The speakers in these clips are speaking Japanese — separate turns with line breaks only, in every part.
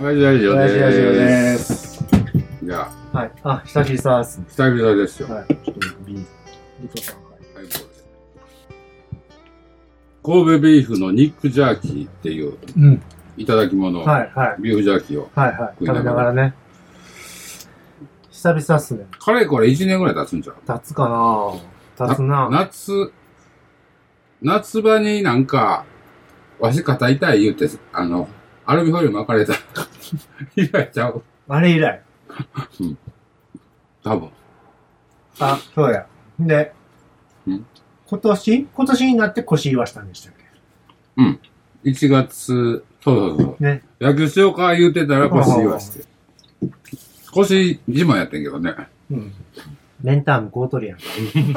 はい、大丈夫
親
で
父
す。
ラジオです。
じゃあ、
はい。あ、久々ですね。
久々ですよ。
はい。ちょっとビール。リトさんはい。
ハイボールで神戸ビーフのニックジャーキーっていう、
うん。
いただき物、
はい、はい。
ビーフジャーキーを、
はい、はい。
食い
食
ながら
べながらね。久々っすね。
かれこれ1年ぐらい経つんじゃん。
立つかな立つな
夏、夏場になんか、わし肩痛い言うて、あの、アルミホイル巻かれた。以来ちゃう。
あれ以来。
多分。
あ、そうや。で
うん、
今年今年になって腰言わしたんでしたっ
1月、そうそうそう。
けね。
野球しようか言うてたら腰言わして。腰自慢やってんけどね。
うん。メンター向こう取りやん。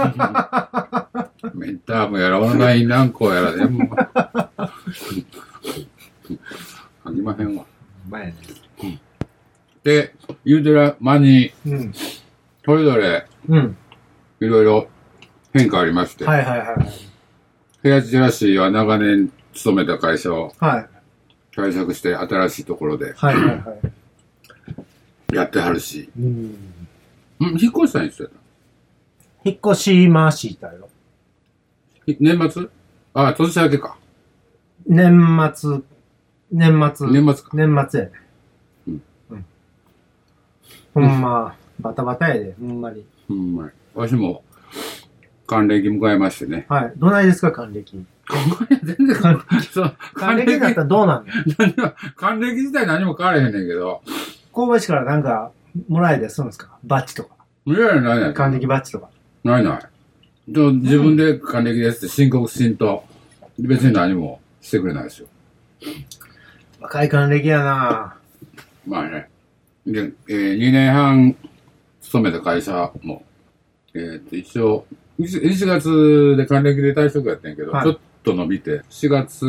メンターもやらオンライン何個やらでも。あきまへんわ。
前ね。
で、言うてる間に、
うん。
それぞれ
うん。
いろいろ変化ありまして、
はいはいはい。
ヘアジェラシーは長年勤めた会社を
はい。
退職して新しいところで
はいはいはい。
やってはるし、
うん。
ん引っ越したんですよ。
引っ越しましたよ。
ひ年末あ、年明けか。
年末、年末、
年末か。
年末やね。
うん。
うん。ほんま、バタバタやで、ほんまに。
うん、まい。わしも、還暦迎えまして ね。
はい。どないですか、還暦。
全然還暦、そう、還
還暦だっ
暦
た、らどうなんの
何も、還暦自体何も変わらへんねんけど、
神戸市からなんか、もらえたりするんですかバッチとか。
いやいや、ないない。
還暦バッチとか。
ないない。でも自分で還暦ですって申告しんと、別に何もしてくれないですよ。
若い還暦やな
まあね。で、え2年半勤めた会社も、えーっと、一応、1月で還暦で退職やってんけど、
はい
ちょっと伸びて、4月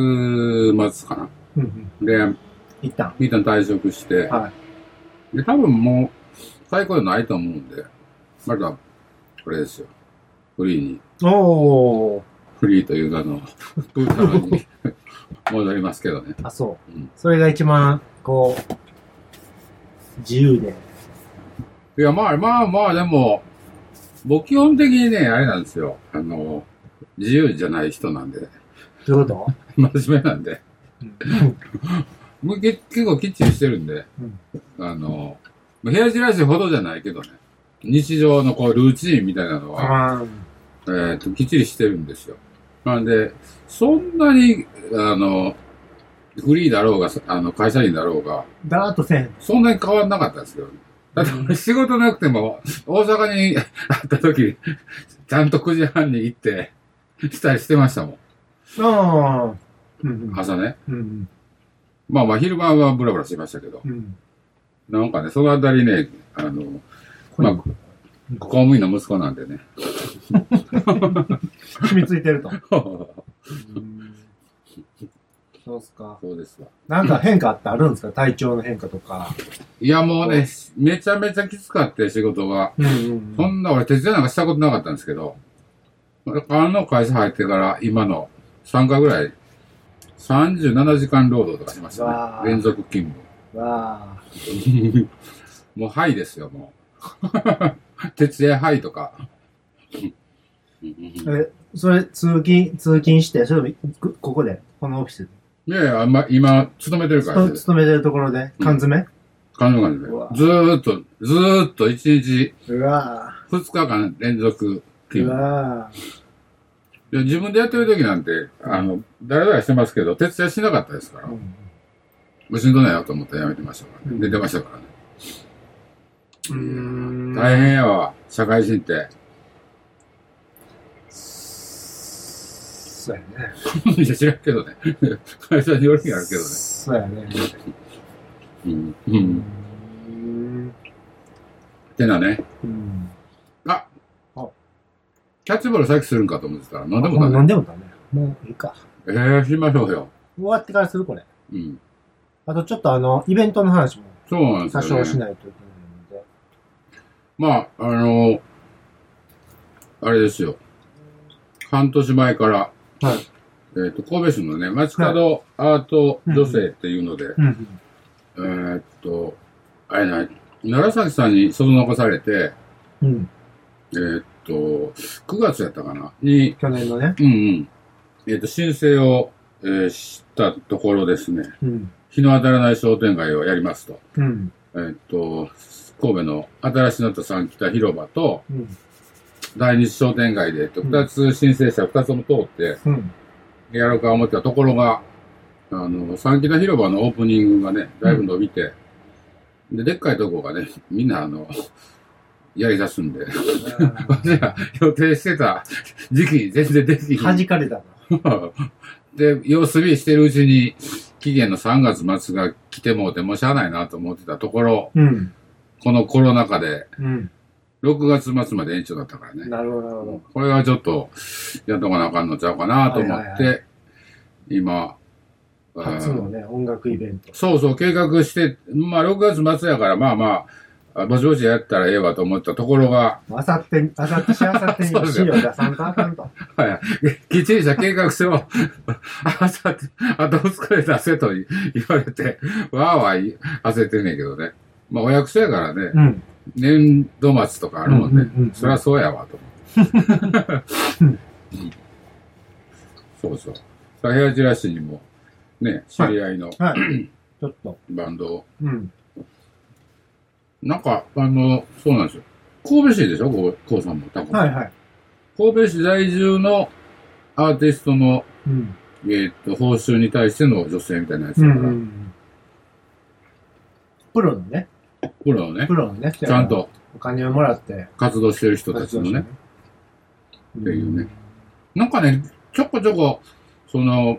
末かな。
うんうん。
で、
一旦。
一旦退職して、
は
で、多分もう、最高じゃないと思うんで、また、これですよ。フリーに、
い。おー。
フリーという名の、ブータロに戻りますけどね。
あ、そう。
うん
それが一番、こう、自由で。
いや、まあまあまあ、でも、僕基本的にね、あれなんですよ。あの、自由じゃない人なんで、
どういうこ
真面目なんで。
と、うん、
僕け結構きっちりしてるんで、
うん
あの、部屋じらしほどじゃないけどね、日常のこう、ルーチンみたいなのは、
あ
えー、ときっちりしてるんですよ。なんで、そんなに、あの、フリーだろうが、あの、会社員だろうが、
ーだーっとせん。
そんなに変わんなかったんですけど、ね、だって俺仕事なくても、大阪に 会った時、ちゃんと9時半に行って、したりしてましたも
ああ。うん
ん。朝ね。
うん。
まあまあ、昼間はブラブラしましたけど、
うん。
なんかね、そのあたりね、あの、まあ、公務員の息子なんで ね。
染みついてると。
そ
そうっすか。
うですわ。
なんか変化ってあるんですか体調の変化とか。
いや、もうね、めちゃめちゃきつかって、仕事が。
うん
そんな俺手伝いなんかしたことなかったんですけど、あの会社入ってから今の3回ぐらい、37時間労働とかしまし
わ
た
あ
ね。連続勤
ん。わあ。
務。 もう、はいですよ、もう。 徹夜はいとか。い
え、それ、通勤、通勤して、それともこここで、このオフィスで。
やいや、あんま、今、勤めてるから
勤
です。
勤めてるところで、缶詰、
彼女がね
うわ
ずーっと、ずーっと1日、
うわあ。
2日間連続勤
う
務。
わあ。
で自分でやってる時なんて、あの、誰々してますけど、徹夜しなかったですから。
うん
もうしんどないよと思ってやめてましたからね。
うん
出てましたからね。
うーん
大変やわ、社会人って。
そうやね。
いや、知らんけどね。会社による日あるけどね。
そうやね。
うん。
う
うん。
ん。
てなね。
うん。
あ
あ
キャッチボールさっきするんかと思ってたら、なんでも
もう
だ
飲
ね。
んでもだね。もういいか。
ええー、しましょうよ。
終わってからするこれ。
うん。
あとちょっとあの、イベントの話も
そうなん
多
です
少
よ、
し
ね。
ないといけないので。
まあ、あのあれですよ。半年前から、
はい。
えっ、と、神戸市のね、街角アート女性っていうので、
うんうん。
えーっと、あれない、楢崎さんにその残されて、
うん。
えーっと、9月やったかな、に、
去年のね。
うんうん、えーっと、申請を、えーしたところですね、
うん。
日の当たらない商店街をやりますと。
うん。
えーっと、神戸の新しなった三北広場と、
うん。
第二商店街で、えっと、
うん
二つ申請者二つとも通って、
うん。
やろうか思ってたところが、あの、三北広場のオープニングがね、だいぶ伸びて、で、でっかいとこがね、みんなあの、やり出すんで、私は予定してた時期に全然できひん
弾かれたな。
で、様子見してるうちに、期限の3月末が来てもうてもしゃあないなと思ってたところ、
うん。
このコロナ禍で、
うん。
6月末まで延長だったからね。
なるほど、なるほど。
これはちょっと、やっとかなあかんのちゃうかなと思って、
はいは
今、あー
初のね、音楽イベント。
そうそう、計画して、まあ、6月末やから、まあまあ、あぼちぼちやったらええわと思ったところが、
あさって、あさってしあさって
そうで
に
すよ
資料出さんとあかんと。
はい、きっちりした計画書を、あさって、あと2日で出せと言われて、わーわーい焦ってんねんけどね。まあ、お役所やからね、
うん。
年度末とかあるもんね。
うんうんうん
そりゃそうやわ、と思って。そうそう。さヘアチラシにも、ね、知り合いの
はい。ちょっと。
バンドを。
うん。
なんか、あの、そうなんですよ。神戸市でしょこう、こうさんも多分。
はいはい。
神戸市在住のアーティストの、
うん。
えーっと、報酬に対しての女性みたいなやつ
う
だ
ん
から、
うん。プロのね、
プロのね
プ、ロのね、
ちゃん。と
お金をもらって、
活動してる人たちのね、
うん。
っていうねなんかね、ちょこちょこ、その、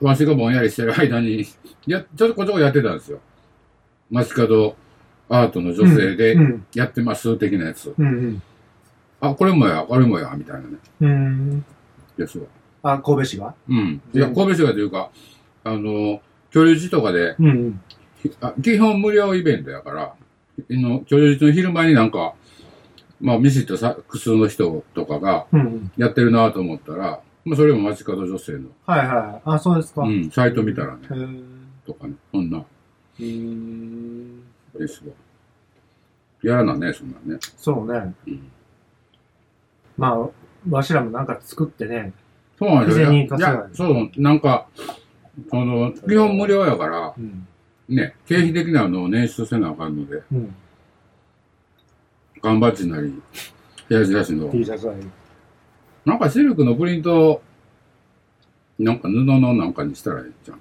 わしがぼんやりしてる間に、や、ちょこちょこやってたんですよ。街角アートの女性で
う、ん。
やってます、的なやつ。
うん。うん
あ、これもや、あれもや、みたいなね。
うん。うん。
やつを。
あ、神戸市が
うん。いや、
うん
神戸市がというか、あの、居留地とかで、
うんうん。
あ基本無料イベントやから、の居留地の昼前になんか、まあ、見知ったさ複数の人とかが
うんうん。
やってるなと思ったら、まあ、それも街角女性の、
はいはい。あ、そうですか。
うん、サイト見たらね
へ、ー
とかね、そんな
うーん。
ですわ。やらなね、そんなんね。
そうね。
うん
まあ、わしらもなんか作ってね。
そうなんです
以
よ。い
前
や、
に行
い
かせ
やそう、なんか、その、基本無料やから、
うん。
ね、経費的なのを捻出せなあかんので、
うん。
缶バッジなり、ヘアジラシの、
T シャツはいい。
なんかシルクのプリントを、なんか布のなんかにしたらいいじゃん。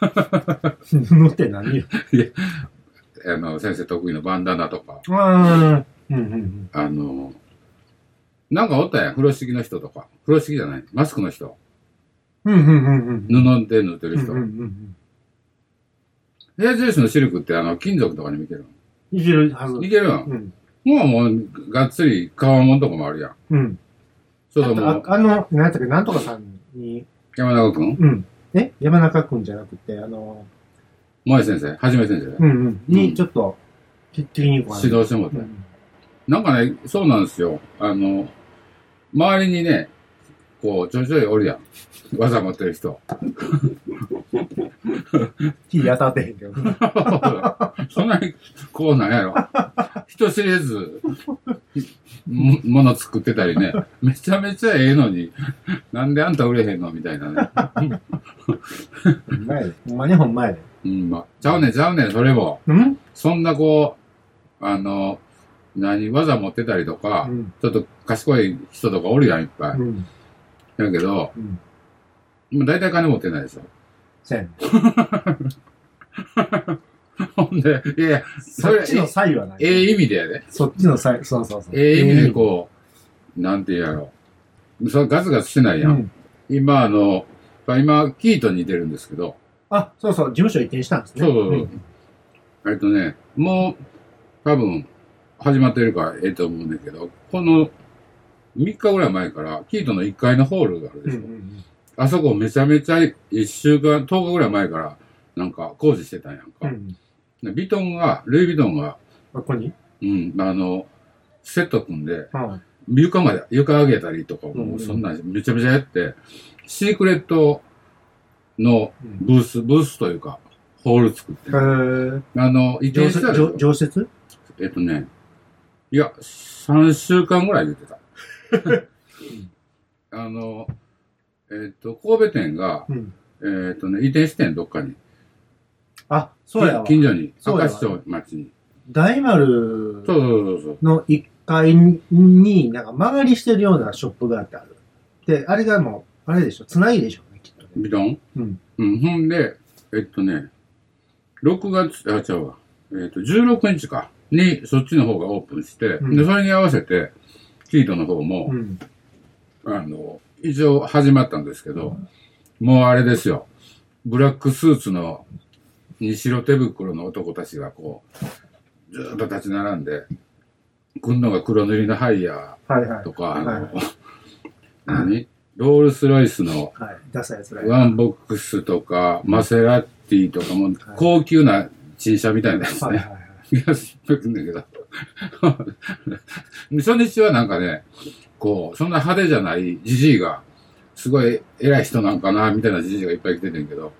布って何よ。
あの、先生得意のバンダナとか、
うーん。うんうん
あの、なんかおったやん、風呂敷の人とか。風呂敷じゃない、マスクの人。
うん。うんうんうんうん。
布で塗ってる人。
うんうんうん
ヘアジラシのシルクってあの、金属とかにもいける
うん。いけるはず。
のいけるやん。
うん。
もうもう、がっつり皮もんとかもあるやん。
うん。
ちょっとも
あ
う、
あの、なんやったっけ、なんとかさんに、
山中君
うん。え山中くんじゃなくて、あの、
萌え先生、はじめ先生、
うんうん。
うん
に、ちょっと、き切りに行こうかな
指導してもらって。
うん
なんかね、そうなんですよ。あの、周りにね、こう、ちょいちょいおるやん。技持ってる人。
火当たってへんけど。
そんなに、こうなんやろ。人知れず、ももの作ってたりね。めちゃめちゃええのに、なんであんた売れへんのみたいなね。
ほんまやで。ほんまにほんまやで。
うん、まあ、ちゃうねん、ちゃうねん、それも。
うん
そんなこう、あの、何、技持ってたりとか、
うん。
ちょっと賢い人とかおるやん、いっぱい。
うん。
だけど、
うん。
もう大体金持ってないでしょ。
せやね
ほんで、いやいや、そ
そ
れ
っちの差異はない。
ええ意味でやで。
そっちの差異、そうそうそう。
ええ意味でこう、なんて言うやろう。それガツガツしてないうやん。
ん。
今、あの、まあ今、キートに似てるんですけど、
あ、そうそう、事務所移転したんですね。
そうそうそうえっとね、もう、多分、始まってるからええと思うんだけど、この、3日ぐらい前から、キートの1階のホールがある
う
で
ん
し
う
ょ。
んうん。
あそこめちゃめちゃ1週間、10日ぐらい前から、なんか工事してたんやん
う
か。
ん。
でビトンが、ルイ・ビトンが、
ここに
うん、あの、セット組んで、
うん。
床まで、床上げたりとか、も
うん
うそんなんめちゃめちゃやって、シークレット、のブース、ブースというか、ホール作って
へ。ー
あの、移
常
転した
設
でしょ
常常設
えっとね、いや、3週間ぐらい出て た。あの、えっと、神戸店が、
うん。
えっとね、移転してん、どっかに。
あ、そうやわ。
近所に、
そうや
赤
わ
市町町に。
大丸
そうそうそうそう。
の1階に、なんか曲がりしてるようなショップがあってある。で、あれがもう、あれでしょ、つないでしょうね、きっとね。
ビドン
うん。
うん。ほんで、えっとね、6月、あ、ちゃうわ。えっと、16日か。に、そっちの方がオープンして、
うん
で、それに合わせて、キートの方も、
ん。
あの、一応始まったんですけど、もうあれですよ。ブラックスーツの、に白手袋の男たちがこう、ずーっと立ち並んで、くんのが黒塗りのハイヤ
はいは
ー
い。
とか、あ
は
の
い、
何ロールスライスの、
はい。出したやつらや。
ワンボックスとか、マセラティとかも、高級な新車みたいなやつ
はいは
ね。
いは
い
い。
や、すっごいんだけど。初日はなんかね、こう、そんな派手じゃないジジイが、すごい偉い人なんかな、みたいなジジイがいっぱい来ててんけど、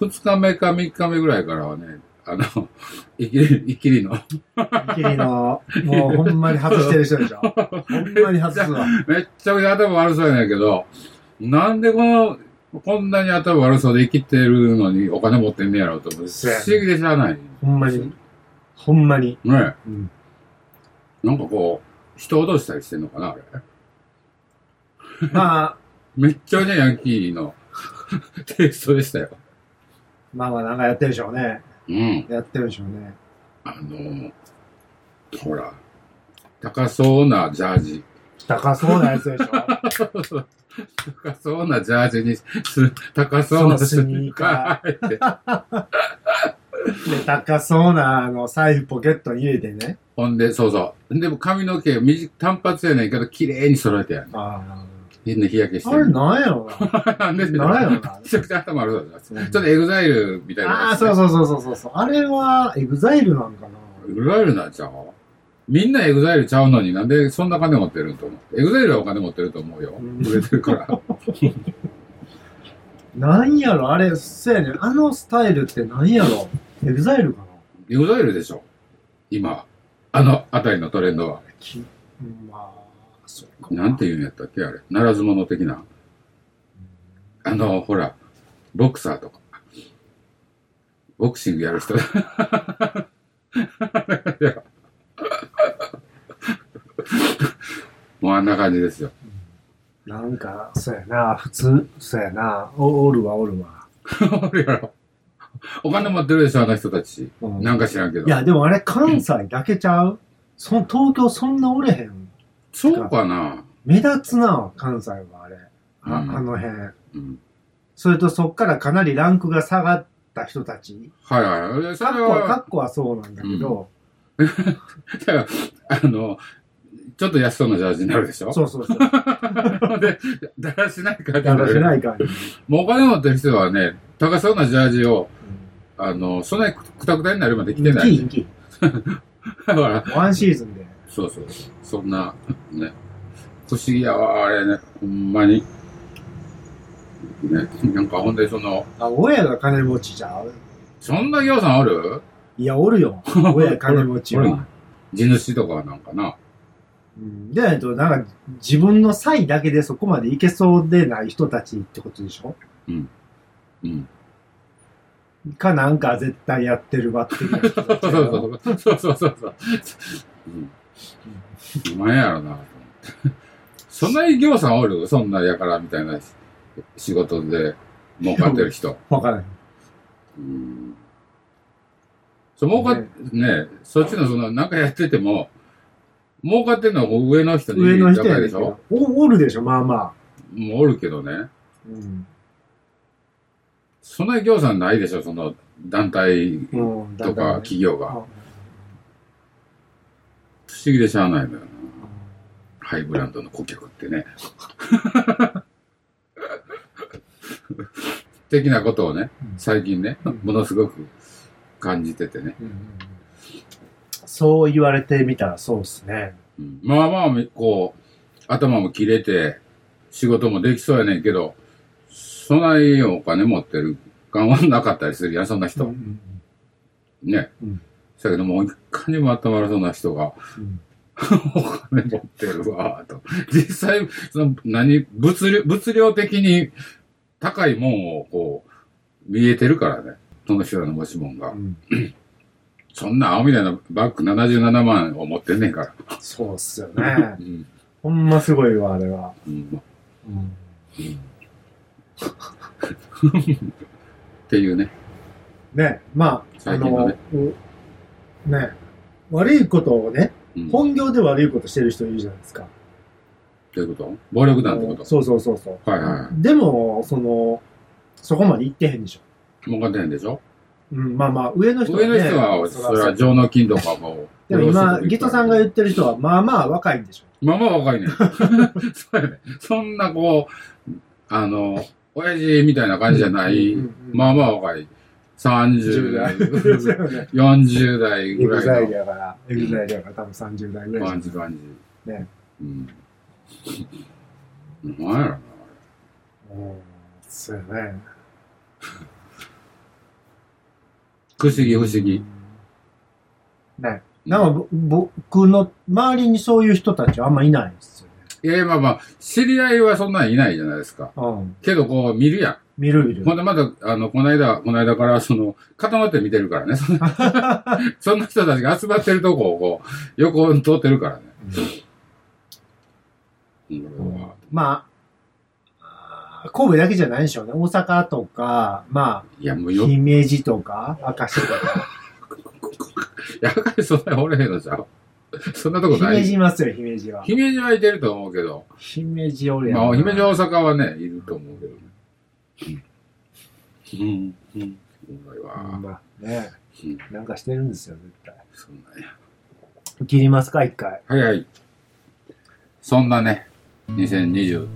二日目か三日目ぐらいからはね、あの、いきり、いきりの、
きりの、もうほんまに外してる人でしょ。ほんまに外すわ。
めっちゃくちゃ頭悪そうやねんけど、なんでこの、こんなに頭悪そうで生きてるのにお金持ってんねやろうと思って、
そ
不
うやね
思議で知らない。
ほんまに。ほんまに。
ねえ、
うん
なんかこう、人を脅したりしてんのかな、あれ。
まあ、
めっちゃね、ヤンキーの テイストでしたよ。
まあまあなんかやってるでしょうね。
うん。
やってるでしょうね。
あのー、ほら、高そうなジャージ。
高そうなやつでしょ。
高そうなジャージに、す高そうな
そう
ス
ス
ニ
ニ
ー
ー
カ
カ
ー入って。
で、高そうな、あの、財布ポケットに入れてね。
ほんで、そうそう。でも髪の毛、短単発やねんけど、綺麗に揃えてやん。
あ
みんな日焼けし
あ。
て
あ れ
る。
なんやろな。
なんで
なんやろな
めちゃくちゃ頭悪そうだな。ち
う
ょ
ん
っとエグザイルみたいなやつね、
ああ、そうそうそうそうそうそう。あれは、エグザイルなんかな。
エグザイルなんちゃうみんなエグザイルちゃうのになんでそんな金持ってるんと思う。エグザイルはお金持ってると思うよ
うん。
売れてるから。
なんやろ、あれ、そうやねんあのスタイルってなんやろ。エグザイルかな。
エグザイルでしょ今。あのあたりのトレンドは。
きまあ、そうか。
なんて言うんやったっけあれ。ならず者的な。あの、ほら、ボクサーとか。ボクシングやる人。 もうあんな感じですよ。
なんか、そうやな、普通、そうやな、おおるわ、おるわ。
おるやろお金持ってるでしょあの人たち。
うん
なんか知らんけど。
いや、でもあれ、関西だけちゃうそん東京そんなおれへん。
そうかな、
目立つな、関西はあれ。あ,、
うん
あの辺。
うん、
それとそっからかなりランクが下がった人たち。
はいはいはい。そ
かっ
れ
こは、か
は、
っこはそうなんだけど、
あの、ちょっと安そうなジャージになるでしょ
そうそうそう。
で、だらしない感じ
だ
に
ら
な
しな
る。
い感じ。
もうお金持ってる人はね、高そうなジャージを、あの、そんなにくたくたになるまで着て
人
な
気
い。
人気。
だから、
ワンシーズンで。
そうそうそう。そんな、ね。不思議やわ、あれね。ほんまに。ね。なんかほんで、その、
あ、親が金持ちじゃう
そんなぎょうさんある
いや、おる よ。親金持ち
おる
は
の。地主とかなんかな。
うんでないと、なんか、自分の才だけでそこまでいけそうでない人たちってことでしょ
うん。
か、なんか絶対やってるわっていう人たち
そう
やろ
そうそうそうそうそう。うんお前やろな。そんなに行さんおるそんなやからみたいな仕事で儲かってる人。
わからない。
うん。そう、儲かっ、ねそっちのその、なんかやってても、儲かってるのは上の人に
上の人や
高いで
ねん
し
けど
ょ
おおるでしょ、まあまあ。
もうおるけどね。
うん。
そんなに行さんないでしょその団体
うん、
と
だ
か
んだんね
企業が。不思議でしゃあないのよな。ハイブランドの顧客って ね。的なことをね、最近ね、
うん
ものすごく感じててね。
うんうんうんそう言われてみたらそうっすね。
うんまあまあ、こう、頭も切れて、仕事もできそうやねんけど、そないお金持ってる感はなかったりするやん、そんな人。
うんうん
ね。
うん
そやけども、いかにも頭悪そうな人が、
うん
お金持ってるわ、と。実際、その、何、物量、物量的に高いもんを、こう、見えてるからね。その人らの持ち物
う
が。
ん
そんな青みたいなバッグ77万を持ってんねんから。
そうっすよね
う。ん。
ほんますごいわ、あれは。
うん。
うん
っていうね。
ね、まあ、あ
最近の
の
ね、
うね、悪いことをね、
うん。ど
本業で悪いことしてる人いるじゃないですか。
ういうこと暴力団ってこ
あの
と
そうそうそうそう。
はいはいは
でも、その、そこまで行ってへんでしょ。
儲かってへんでしょ
うん、まあまあ、上の人は、ね。
上の人は、
そ
そ
ら
れは上納金とかも。
でも今、ゲトさんが言ってる人は、まあまあ若いんでしょ。
まあまあ若 いねん。そうやね。そんなこう、あの、親父みたいな感じじゃない、
うんうんうん
まあまあ若い。30
10
代
代。、そうよね
40代
エ
ぐ
グ
ら
ザ
い
イルやから、エグザイルやから多分30代ぐ
の
らい
感
じ
じ
ゃない。
感じ。
ね。
うん。なんやろな。
うんそうよね。
不思議不思議。
ね。なんかぼ僕の周りにそういう人たちはあんまいないんですよね。
いや、まあまあ、知り合いはそんなんいないじゃないですか。
うん。
けどこう見るやん。
見る見る
ほ。んでまだ、あの、この間、この間から、その、固まって見てるからね。そんなそんな人たちが集まってるとこをこう、横に通ってるからね。うん
まあ、あー神戸だけじゃないでしょうね。大阪とか、ま
いや、も
あ、
うよ、い
姫路とか、明石とか。
やかりそんなにおれへんのじゃん。そんなとこな
姫
い。
路いますよ、姫路は。
姫路はいてると思うけど。
姫路おるやん。
まあ、姫路大阪はね、いると思うけどね。うん。うん。そんな
ほ
わ
ん。まね
うん。
なんかしてるんですよ、絶対。
そんなんや。
切りますか、一回。
はいはい。そんなね、2022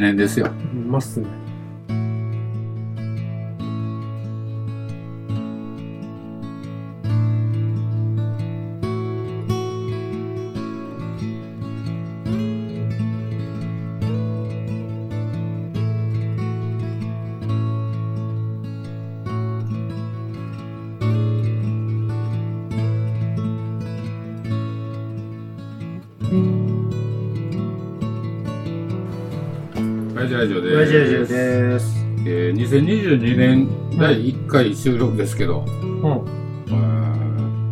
年ですよ。
うんまっすね。
親父ラジオです。
親父ラジオです。
えー、2022年第1回収録ですけど、
うん。
えー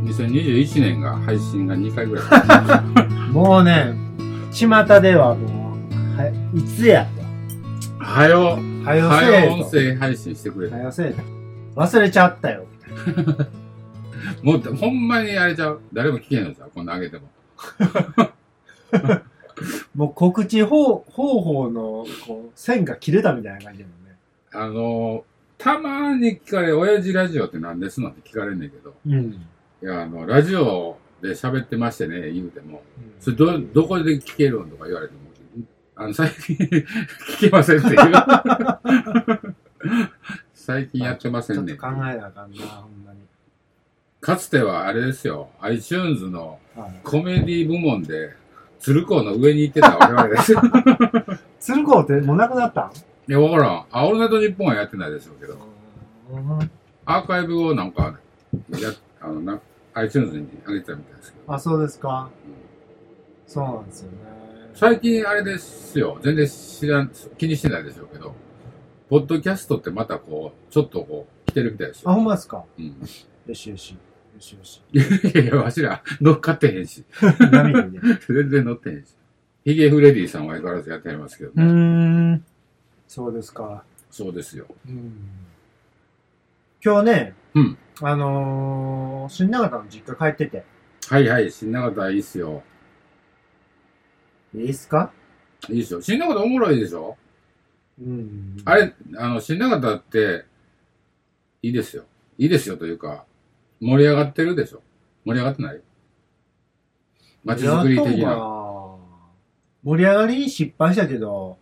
2021年が配信が2回ぐら い。
もうね、巷ではもう、はい、いつや
はよ、
と。はよ
はよ音
せえ
声配信してくれ
と。
た
は。よせえと。忘れちゃったよ。
もう、ほんまにあれちゃう。誰も聞けんのちゃう。こんな上げても。
もう告知方方法のこう線が切れたみたいな感じだもんね。
あのーたまに聞かれ、親父ラジオって何ですのって聞かれんねんけど、
うん。
いや、あの、ラジオで喋ってましてね、言うても、それど、どこで聞けるんとか言われても、あの、最近聞けませんっていう。 最近やってませ
ちょ
ん
っ
ね
と
ん
考えなあかんな、ほんまに。
かつてはあれですよ、iTunes の
はい
コメディ部門で、鶴光の上に行ってた我々です よ。
鶴光ってもうなくなったん
いや、わからん。あ、オールナイト日本はやってないでしょうけど、アーカイブをなんか、や、あの、な、iTunes に上げてたみたいですけど。
あ、そうですか。
うん
そうなんですよね。
最近あれですよ、全然知らん、気にしてないでしょうけど、ポッドキャストってまたこう、ちょっとこう、来てるみたいです
あ、
よ。
ほんまですか。
うん。い
よしよし。よしよし。
やいや、わしら乗っかってへんし、
波にね。
全然乗ってへんし。ヒゲフレディさんは相変わらずやってありますけど
う
ね。
ーん。そうですか。
そうですよ。
うん。今日ね、
うん
あのー、新長田の実家帰ってて。
はいはい、死んだ方いいっすよ。
いいっすか
いいっすよ。死んだ方おもろいでしょ
うん。
あれ、あの、死んだ方って、いいですよ。いいですよというか、盛り上がってるでしょ盛り上がってない街づくり的
やっ
な。
とんか盛り上がりに失敗したけど、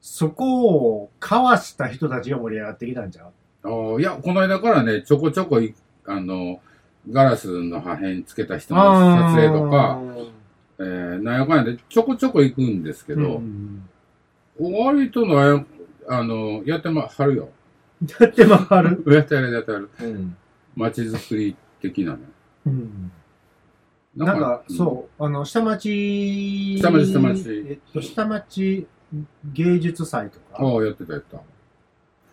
そこをかわした人たちが盛り上がってきたんちゃう
あーいや、この間からね、ちょこちょこい、あの、ガラスの破片つけた人の撮影とか、、えー、なんやかんやで、ちょこちょこ行くんですけ
け
ど、割となんやあの、やってま、はるよ。
やって回る。
やってやる、やってやる。
うん。
街づくり的なね。
うん。なんか、そう、あの、下町、
下町下町
えっと、下町芸術祭と
うん。
か
ああ、やってた、やって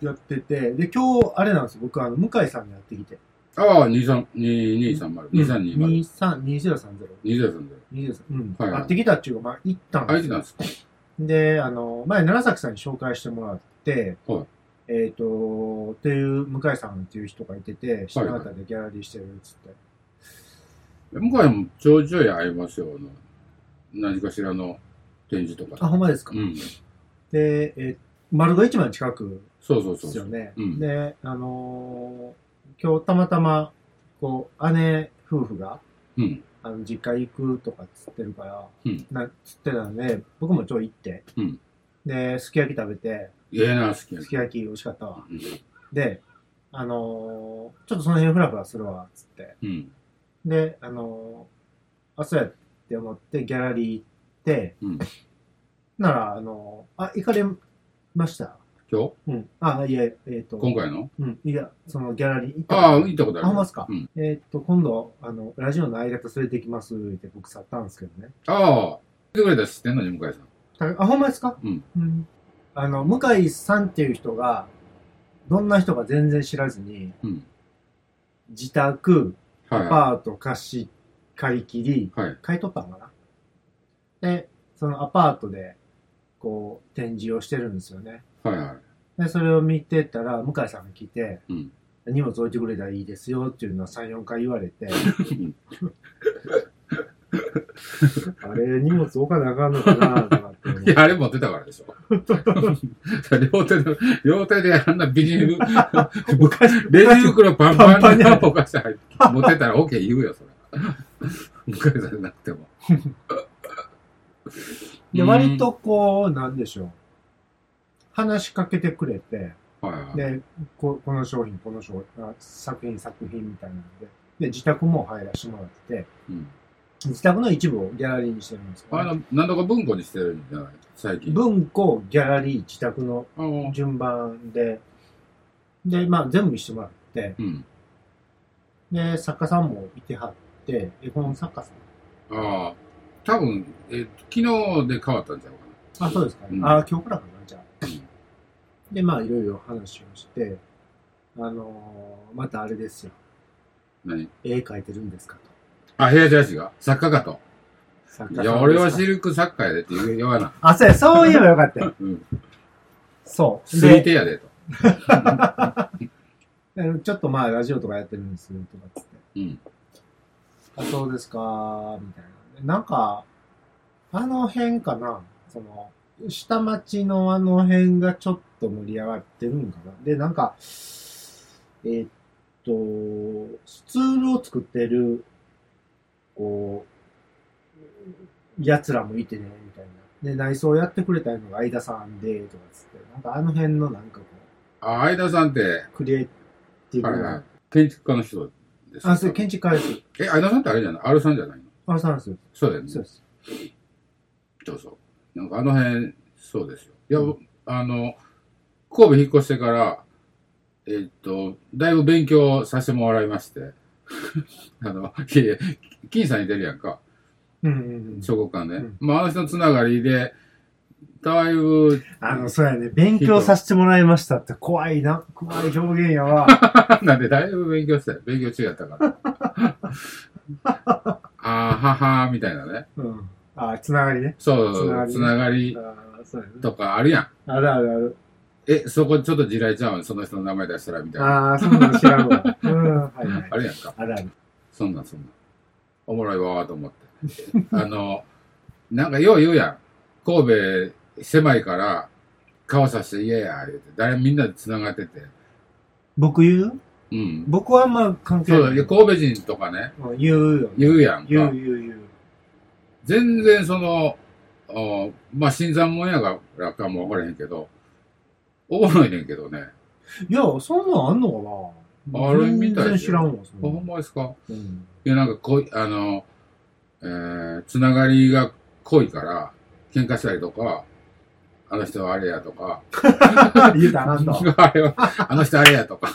やってて、で、今日、あれなんですよ、僕、あの、向井さんにやってきて。
た。ああ、23、2230、2320、
23 2030。
2030。
2030。うん。
はいはい
やってきたっていうか、まあ、行ったん
あ
で
い
す
つ
よ
なんですか
で、あの、前、奈良崎さんに紹介してもらって、
はい
えっ、と、っていう、向井さんっていう人がいてて、下のあたりでギャラリーしてるっつって。
向井もちょいちょい会いますよ。あの何かしらの展示と
あ、
か。
ほんまですか、
うん。
で、えー丸が一番近く
そうそう
で
そう
す
そ
よ
う。
ね。
ん
で、あのー今日たまたま、こう、姉夫婦が、
うん。
あの、実家行くとかっつってるから、
うん
な、つってたんで、僕もちょい行って、
うん
で、すき焼き食べて、
ええな、好きや
す
な
き焼き美味しかったわ。
うん
で、あのーちょっとその辺フラフラするわ、つって。
うん。
で、あのーあ、そうやって思ってギャラリー行って、
うん
なら、あのーあ、行かれました
今日
うん。あ、いえ、えっ、と、
今回の
うん。いや、そのギャラリー行った
ああ、行ったことある。
あほんまっすか
うん。
えーっと、今度、あの、ラジオの相方連れてきます、って僕去ったんですけどね。
ああ、来てくれたら知ってんのに、向井さん。
たあ、ほんまですか
うん。
あの、向井さんっていう人が、どんな人か全然知らずに、
うん。
自宅、
はい
ア
は
パート貸し、借り切り、
い。はい。
買い取ったのかなで、そのアパートで、こう、展示をしてるんですよね。
はいはい。
で、それを見てたら、向井さんが来て、
うん
荷物置いてくれたらいいですよっていうのは3、4回言わ れて、あれ、荷物置かなあかんのかなとかって思っ
い
て。
や、あれ持ってたからでしょ。両手で、両手であんなビニール、レジ袋パンパン
パンパン
に
に入って
お菓子入って、持ってたら OK 言うよ、それ。向井さんじゃなくても。
で、割とこう、なんでしょう。話しかけてくれて、
うん。はいはい。
で、ここの商品、この商品、あ作品、作品みたいなので、で、自宅も入らせてもらってて、
うん
自宅の一部をギャラリーにしてるんですけど
あ
ね、
の、何度か文庫にしてるんじゃない最近。
文庫、ギャラリー、自宅の
あの
順番で、で、まあ全部見せてもらって、
うん。
で、作家さんもいてはって、絵本作家さん。
ああ、多分、えー昨日で変わったんじゃないかな。
あ、そうですか、ね
うん
あ、今日からかな、じゃ
う
あ。
ん
で、まあ、いろいろ話をして、あのーまたあれですよ。
何
絵描いてるんですかと。
あ、部屋ジャージが作家かと。
作
い
家さん
や、俺は
知
シルク作家やでって言う言わな。。
あ、そうや、そう言えばよかったよ
うん。
そう。
推定
で、
やでと。
ちょっとまあ、ラジオとかやってるんですよ、とかっつって。
うん。
あ、そうですか、みたいな。でなんか、あの辺かな。その、下町のあの辺がちょっと盛り上がってるんかな。で、なんか、えーっと、ツールを作ってる、こう、奴らもいてね、みたいな。で、内装やってくれたのが相田さんで、とかつって、なんかあの辺のなんかこ
あ、相田さんって、
う、クリエイティ
あ
ブ
れ
な
だ、建築家の人です
あ、そう、建築家です。
え、相田さんってあれじゃない ?R さんじゃないの
あ、そうなんですよ。
そうだよね。
そうです。
そうそう。なんかあの辺、そうですよ。いや、
う
あの、神戸引っ越してから、えっと、だいぶ勉強させてもらいまして、 あの、いやいや、金さんに出るやんか、
うんうんうん。
彫刻館ね。
うん
まあ、あの人のつながりで、だいぶ、
あの、そうやね。勉強させてもらいましたって怖いな、怖い表現 やわ。
なんでだいぶ勉強したよ。勉強中やったから。 あーははーみたいなね。
うん。あ、つながりね。
そうそうそう、つ
つ
な
な
がり
あそうやね。
とかあるやん。
あるあるある。
え、そこちょっと地雷ちゃうんその人の名前出したらみたいな。
ああ、そんなの知ら んわ。うん、はいはい
あ。るやんか。
あるある。
そんなんそんなん。おもろいわーと思って。 あの、なんかよう言うやん。神戸狭いから、顔さして家や、言うて。誰みんなで繋がってて。
僕言う
うん。
僕はあんま関係
そう
な
だ、
い。
いや神戸人とかね、
うん言うよ。
言うやんか。
言う言う言う。
全然その、あまあ、新参者やからかもわからへんけど、おもろいねんけどね。
いや、そんなんあんのかな
あるみたいで
全然
す
知
よ
らんわ、そん
あ
な
ほ
の
んまですか
うん。
いや、なんかこい、あの、えー、つながりが濃いから、喧嘩したりとか、ああの人はあれやとか、
言うたらあかんと。
あれは、あの人あれやとか、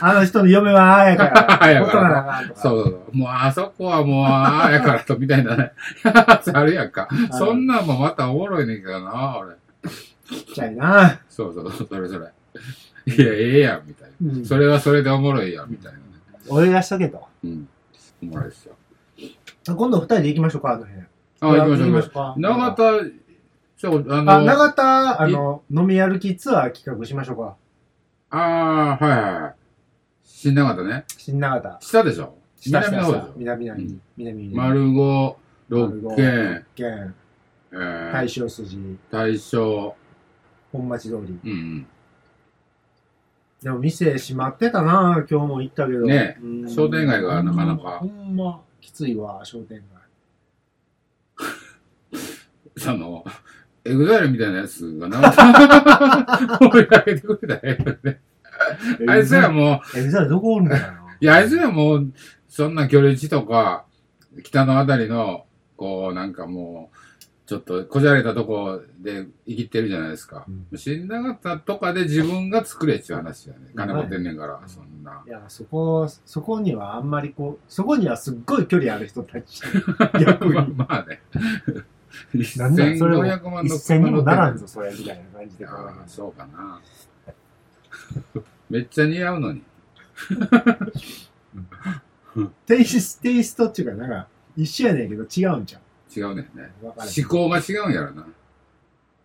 あの人の嫁はああやか
ああ
ら、
や
大
か
人
ら
なあかんと か。
そうそうそう、もうあそこはもうああやからと、みたいなね、 やつあるやんか。そんなんもまたおもろいねんけどな、俺。
ちっちゃいな。
そうそうそう、それそれ。いや、ええやん、みたい
うん
な。それはそれでおもろいやん、みたいなね。
俺がしとけと。
うん。おもろいですよ。
今度二人で行きましょうか、あの辺。
あ、行きましょう、行きましょ
うか
う。長田、ちょ、あの、
あ、長田、あの、飲み歩きツアー企画しましょうか。
ああ、はいはいはい。新長田ね。
新長田。
下でしょ
下
南の方でしょ
南
う
南
ん、
南南。
丸五、六軒、
県、
えー
大正筋、
大正、
本町通り。
うんうん。
でも店閉まってたな今日も行ったけど。
ね
うん
商店街がなかなか
ほんま、きついわ、商店
そ の、エグザイルみたいなやつが長田、追いかけてくれたらええよね。
街。
あいつらもう、
え、じゃあどこおるんだよ。
いや、あいつらもう、そんな距離地とか、北のあたりの、こう、なんかもう、ちょっとこじゃれたとこで生きてるじゃないですか。
うん
死んだかったとかで自分が作れっちゅう話やね。金持ってんねんから、
うん
そんな。
いや、そこ、そこにはあんまりこう、そこにはすっごい距離ある人たち。 逆
まあ
に。
まあね。
なんだそれも
1500万の
一戦にもならん
ぞ。
ぞ、それみたいな感じで。
ああ、そうかな。 めっちゃ似合うのに。
テイステイストっていうか、なんか、一緒やねんけど違うんじゃ
違うねんね。
ん。わかる。
思考が違うんやろな。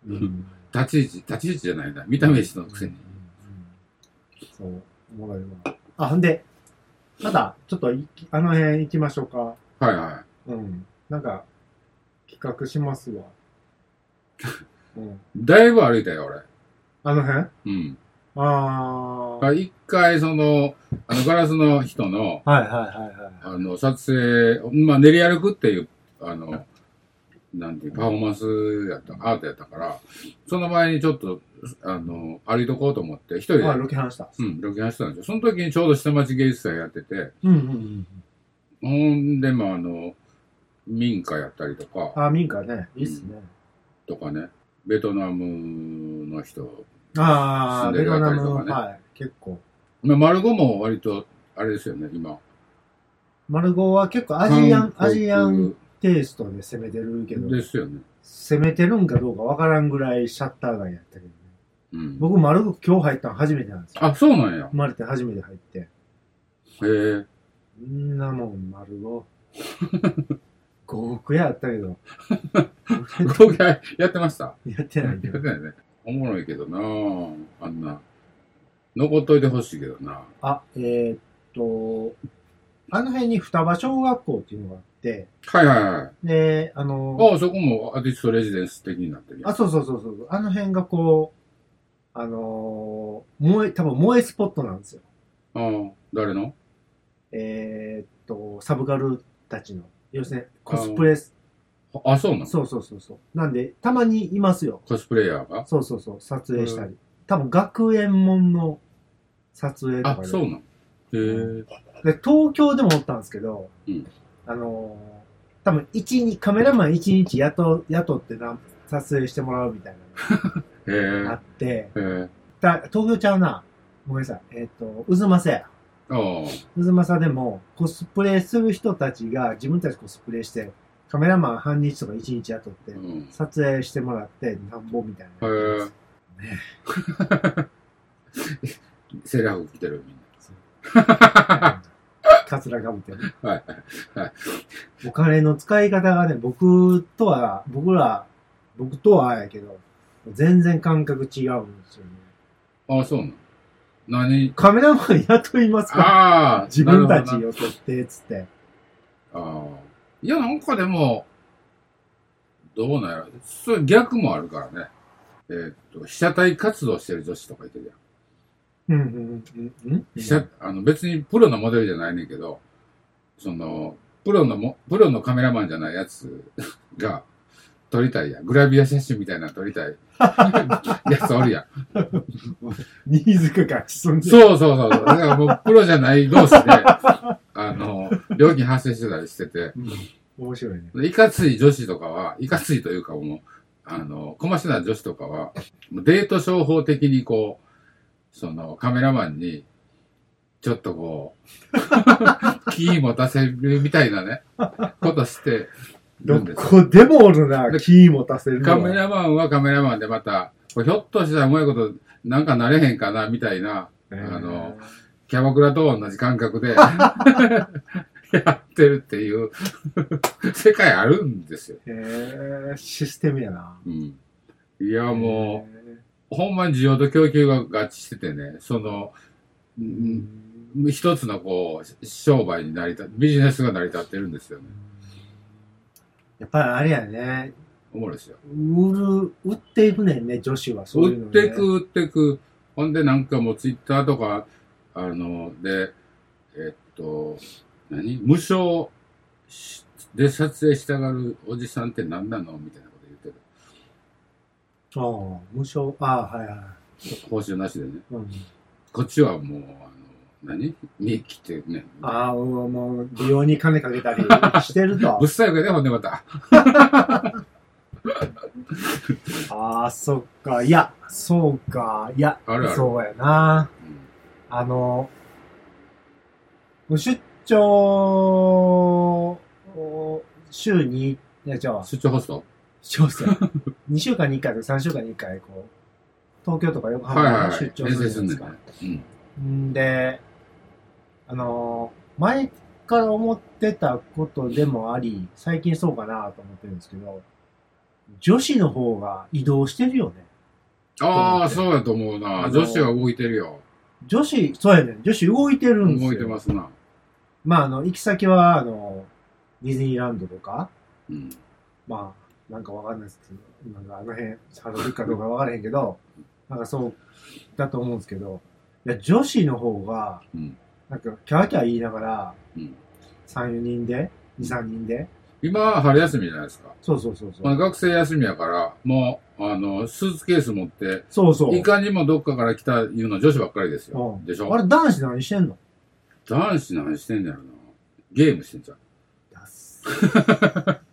うん
立ち位置、立ち位置じゃないな。見た目人のくせに。。
うんうんうんそう、おもろいわ。あ、ほんで、まだ、ちょっといき、あの辺行きましょうか。
はいはい。
うん。なんか、企画します わ。うん。
だいぶ歩いたよ、俺。
あの辺
うん。
あー。
あ一回、その、あの、ガラスの人の、
はいはいはいはい。
あの、撮影、まあ、練り歩くっていう、あの、なんていう、パフォーマンスやった、アートやったから、その前にちょっと、あの、歩いとこうと思って、一人で、
あ、ロケハンした。
うん、ロケハンしてたんですよ。その時にちょうど下町芸術祭やってて、
うんうんうん。
ほんで、まあ、あの、民家やったりとか、
あ、民家ね。いいっすね。
とかね、ベトナムの人、住
あー、
ん
ベ
でる
トナ
辺りと
ム、
かね
はい。結構。
まあ、丸子も割と、あれですよね、今。
マルゴは結構アジアン、
韓
ア
国
ジアンテイストで攻めてるけど、
ですよね。
攻めてるんかどうかわからんぐらいシャッター街やったけどね。
うん。
僕、マルゴ今日入ったの初めてなんですよ。
あ、そうなんや
生。まれて初めて入って。
へえ。
んなもん、マル ゴ。5億円あったけど。
動画やってました
やってないけ
やって
ど。
ないね。おもろいけどなぁあんな。残っといてほしいけどな
あ、えーっと、あの辺に双葉小学校っていうのがあって、
はいはいはい。
で、あの、
ああ、そこもアーティストレジデンス的になってるやん
あ、そうそうそうそう。あの辺がこう、あのー萌え、多分萌えスポットなんですよ。
ああ、誰の
えーっと、サブカルたちの。要するにコスプレ、
あ、そうなの
そうそうそうそう。なんで、たまにいますよ。
コスプレイヤーが
そうそうそう、撮影したり。多分学園門の撮影と
あ
か、で。
そうなのへえ。
で東京でもおったんですけど、
うん
あのー多分一日、カメラマン一日雇う雇ってな撮影してもらうみたい
へ
なのがあ
え
って、。
へえ。
だ東京ちゃうな。ごめんなさい。えっ、と、渦政や。
ああ。
渦政でも、コスプレする人たちが自分たちコスプレして、カメラマン半日とか一日雇って
う、ん。
撮影してもらって、なんぼみたい
へ
な。
え。
ね
セーラー服着てるみんな。
カツラかぶってね。
はいはい
お金の使い方がね、僕とは、僕ら、僕とはやけど、全然感覚違うんですよね。
ああ、そうなの 何
カメラマン雇いますか
ああ、
自分たち
なる
を撮って、つって。
ほどな。ああ。いや、なんかでも、どうなんやろ。それ逆もあるからね。えーっと、被写体活動してる女子とかいてるやん。
うんうんうんうん うん。
被写あの別にプロのモデルじゃないねんけど、その、プロのも、プロのカメラマンじゃないやつ が撮りたいやん。グラビア写真みたいなの撮りた いやつおるや
ニーズが進ん
ん。
でる。
そうそうそう。だからもうプロじゃない同士で、あの、料金発生してたりしてて、
面白いね。
いかつい女子とかは、いかついというかもう、あの、こましてない女子とかは、もうデート商法的にこう、そのカメラマンに、ちょっとこう、 キー持たせるみたいなね、ことしてる
ど
んですよ
こでもおるな、キー持たせるの
カ
は
メラマンはカメラマンでまた、これひょっとしたらうまいことなんかなれへんかな、みたいな、
えー
あのキャバクラと同じ感覚で、 やってるっていう、世界あるんですよ。
えーシステムやな。
うん。いや、もう、ほんまに需要と供給が合致しててね、その、う
えー
ん一つのこう、商売に成り立って、ビジネスが成り立ってるんですよね。
やっぱりあれやね、
おもろいですよ。
売る、売っていくねんね、女子はそういう
売
の、
っ
ね。
てく、売ってく。ほんで、なんかもうツイッターとか、あの、で、えっと、何無償しで撮影したがるおじさんって何なのみたいなこと言ってる。
ああ、無償、ああ、はいはい。
報酬なしでね。
うん、
こっちはもう、あの、何に来てね。
ああ、もう、美容に金かけたり してる と
ぶっ。さいわけで、ほんでまた。
ああ、そっか。いや、そうか。いや、
あるある
そうやな。あの、無出張を、週に、いや、じゃ
うん
あ、
出張ホスト
そ うそう。2週間に1回とか3週間に1回、こう、東京とか横
はいはい
浜
は
に出
い。
張
連
する
載
じ
すんねん
ゃないですか。
ね。うん。
んで、あのー前から思ってたことでもあり、最近そうかなと思ってるんですけど、女子の方が移動してるよね。
ああ、そうやと思うな。
あの
女子は動いてるよ。
女子、そうやねん。女子動いてるんですよ。
動いてますな。
まあ、あの、行き先は、あの、ディズニーランドとか、
うん。
まあ、なんかわかんないですけど、なんかあの辺、ハロビッかどうかわからへんけど、なんかそう、だと思うんですけど、いや、女子の方が、
うん
なんか、キャーキャー言いながら、
うん
3、4人で、2、3人で、
今、春休みじゃないですか。
そうそうそうそ
まあ、
う。
学生休みやから、もう、あの、スーツケース持って、
そうそう。
いかにもどっかから来たいうのは女子ばっかりですよ
う。ん
でし
あ
ょ
れ、男子何してんの
男子何してんねやろな。ゲームしてんじゃん。
ダッス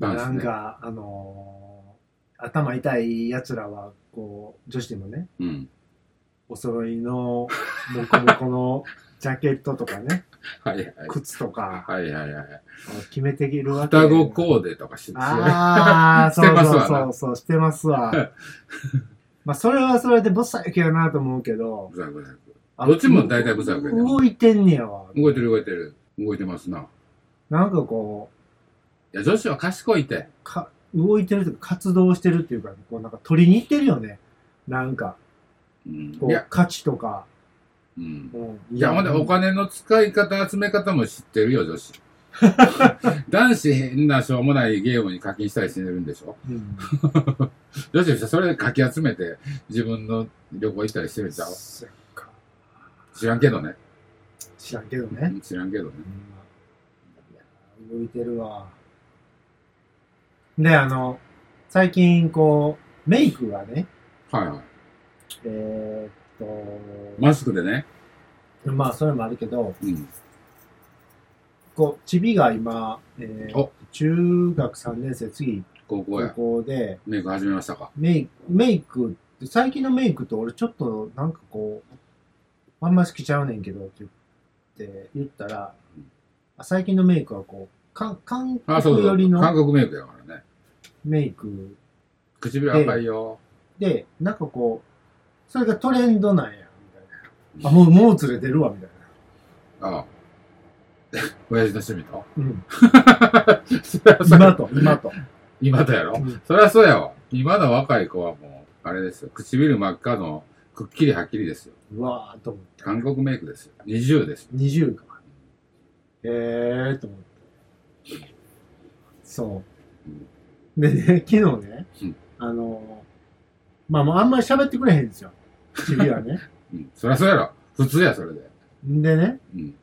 男
な
子
ん
ね。
か、あのー頭痛い奴らは、こう、女子でもね、
うん。
お揃いの、もこもこの、ジャケットとかね、
はいはい。
靴とか、
はいはいはい。
決めてきるわけ
双子コーデとかしてね
あ あ、
してますわ
そうそうそうそう、してます わ。まあ、それはそれでブサイクやなと思うけど。
ブザブザブ
あ
どっちも大体ブサイクやね
動いてんねやわ。
動いてる動いてる。動いてますな。
なんかこ
いや、女子は賢いって
う。、か動いてるというか、活動してるっていうか、こうなんか取りに行ってるよね。なんか、
うん。
こ
いうや、、
価値とか。
うん。
うん
いや、ほんで、お金の使い方、集め方も知ってるよ、女 子。男子変なしょうもないゲームに課金したりしてるんでしょ
うん
女子の人それかき集めて自分の旅行行ったりしてるじゃん。
そっか
知らんけどね。
知らんけどね。
知らんけどね。
いや動いてるわ。で、あの、最近、こう、メイクがね、
はいはい。
えーっと、
マスクでね。
まあ、それもあるけど、
うん。
こう、チビが今、えー
お
中学3年生、次、
高校
高
や。
校で、
メイク始めましたか。
メイク、メイクって、最近のメイクって俺ちょっと、なんかこう、あんま好きちゃうねんけど、って言って言ったら、あ最近のメイクはこう、韓韓
あ、そう
国
そ
寄り
う。韓
の
国メイクやからね。
メイク
唇赤いよ。
で、なんかこう、それがトレンドなんや、みたいな。あ、もう、もう連れてるわ、みたいな。
ああ。 親父の趣味 と。
うん。
そりゃそう
今
や
と、今と。
今だやろ。
うん
そりゃそうやわ。今の若い子はもう、あれですよ。唇真っ赤の、くっきりはっきりですよ。
うわーと思って。
韓国メイクですよ。20ですよ。
20か。えーと思って。そう。でね、昨日ね
うん、
あの、まあもうあんまり喋ってくれへんですよ。チビは ね。
うん。そりゃそうやろ。普通や、それで。
んでね、
うん。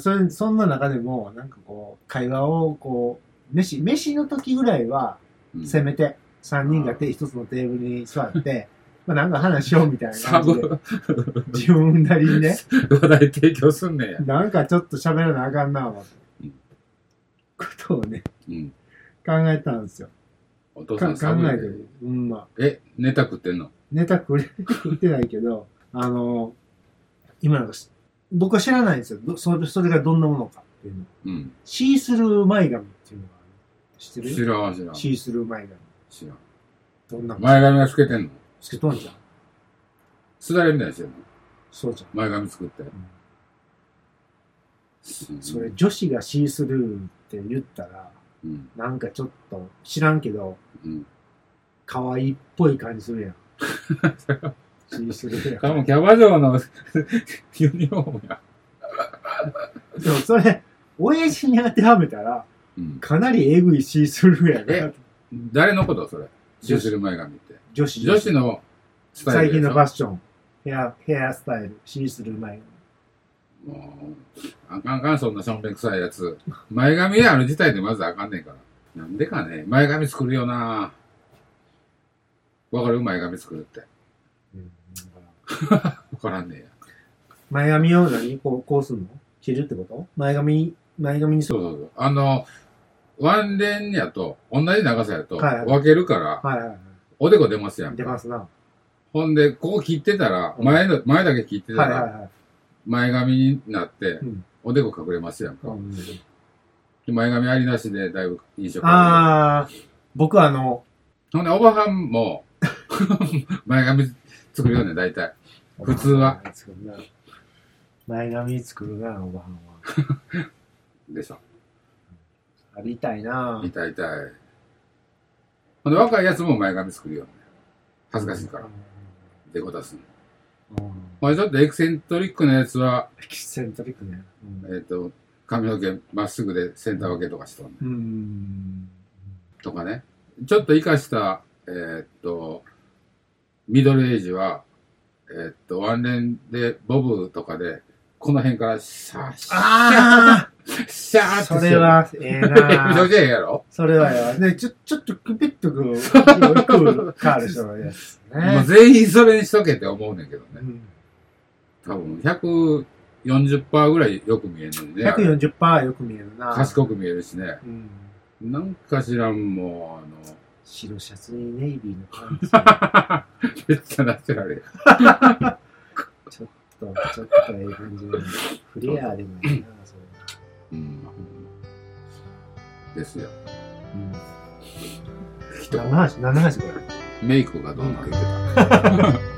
それ、そんな中でも、なんかこう、会話をこう、飯、飯の時ぐらいは、
うん
せめて、3人が手一つのテーブルに座って、 まあなんか話しようみたいな
サ
感じで、
ブ、
自分なり にね、
話題提供すんねんや。
なんかちょっと喋らなあかんなあ、思って
うん
ことをね、
うん。
考えたんですよ。
お父さ
か
ん
考
寒
え
い
て
で。
る。うん、まあ、
え、ネタ食ってんの
ネタくれ、食ってないけど、あの、今なんかし、僕は知らないんですよ。どそれそれがどんなものかっていうの。
うん。
シースルー前髪っていうのがある。知って
知
る
らん、知らん。
シースルー前髪。
知らん。
どんなの
前髪がつけてんの
つけとんじゃん。
すだれみたいにしてんの
そうじゃん。
前髪作って。
ん
うん
それ、女子がシースルーって言ったら、
うん。
なんかちょっと知らんけど、
うん。
可愛いっぽい感じするやん。シースルーや
多分キャバ嬢の ユニフォームや。
ん。でもそれ、親父に当てはめたら、
うん。
かなりエグいシースルーやな。
誰のことそれ。シューする前髪って。
女子。
女子のスタイ
最
ルで
近
し
の
ょ。
ファッション。ヘア、ヘアスタイル。シースルー前
もうあかんあかん、そんなしょんべん臭いやつ。前髪やある自体でまずあかんねんから。なんでかね、前髪作るよなわかる前髪作るって。
髪。うん。
わからんねえや。
前髪を何こう、こうすんの切るってこと前髪、前髪にする。
そうそうそう。あの、ワンレンやと、同じ長さやと、
はい
分けるから、
はいはいは
おでこ出ますやん
い。出ま
か。
すな。は
ほんで、ここ切ってたら、前の、前だけ切って
い
た
はい
ら、
はい。
前髪になって
うん、
おでこ隠れますやんか。
うん
前髪ありなしで、だいぶ印象変わる。
あー、僕あの、
ほんで、おばはんも、 前髪作るよね、大体。普通は。
前髪作るな、おばはんは。
でしょ。
ありたいな
痛い痛い。ほんで、若いやつも前髪作るよね。恥ずかしいから。
う
デコ出すの。
ん。
ほんで、ちょっとエクセントリックなやつは、
エキセントリックね。
えっ、と、髪の毛まっすぐでセンター分けとかしとんね
うん。
とかね。ちょっと活かした、えっ、と、ミドルエイジは、えっ、と、ワンレンで、ボブとかで、この辺からシャーシャ
あ
ーシャー
あ
って
それは、ええ
してる。めちゃ
な
くちゃええやろ
それはや。で、ちょ、ちょっとクピッとくる、くるカールしたのやつ
もう
ね。
全員それにしとけって思うねんけど
う
ね。
ん
多分140%ぐらいよく見えるのにね。
140%よく見えるな。
賢く見えるしね。
うん。
なんか知らんもう、
白シャツにネイビーの感じ。
あの、 めっちゃナチュラルや。
ちょっと、ちょっとええ感じの。フレアでもいいな、それ。
うん。ですよ。
うん。
人
何の話何の話これ
メイクがどうなってた。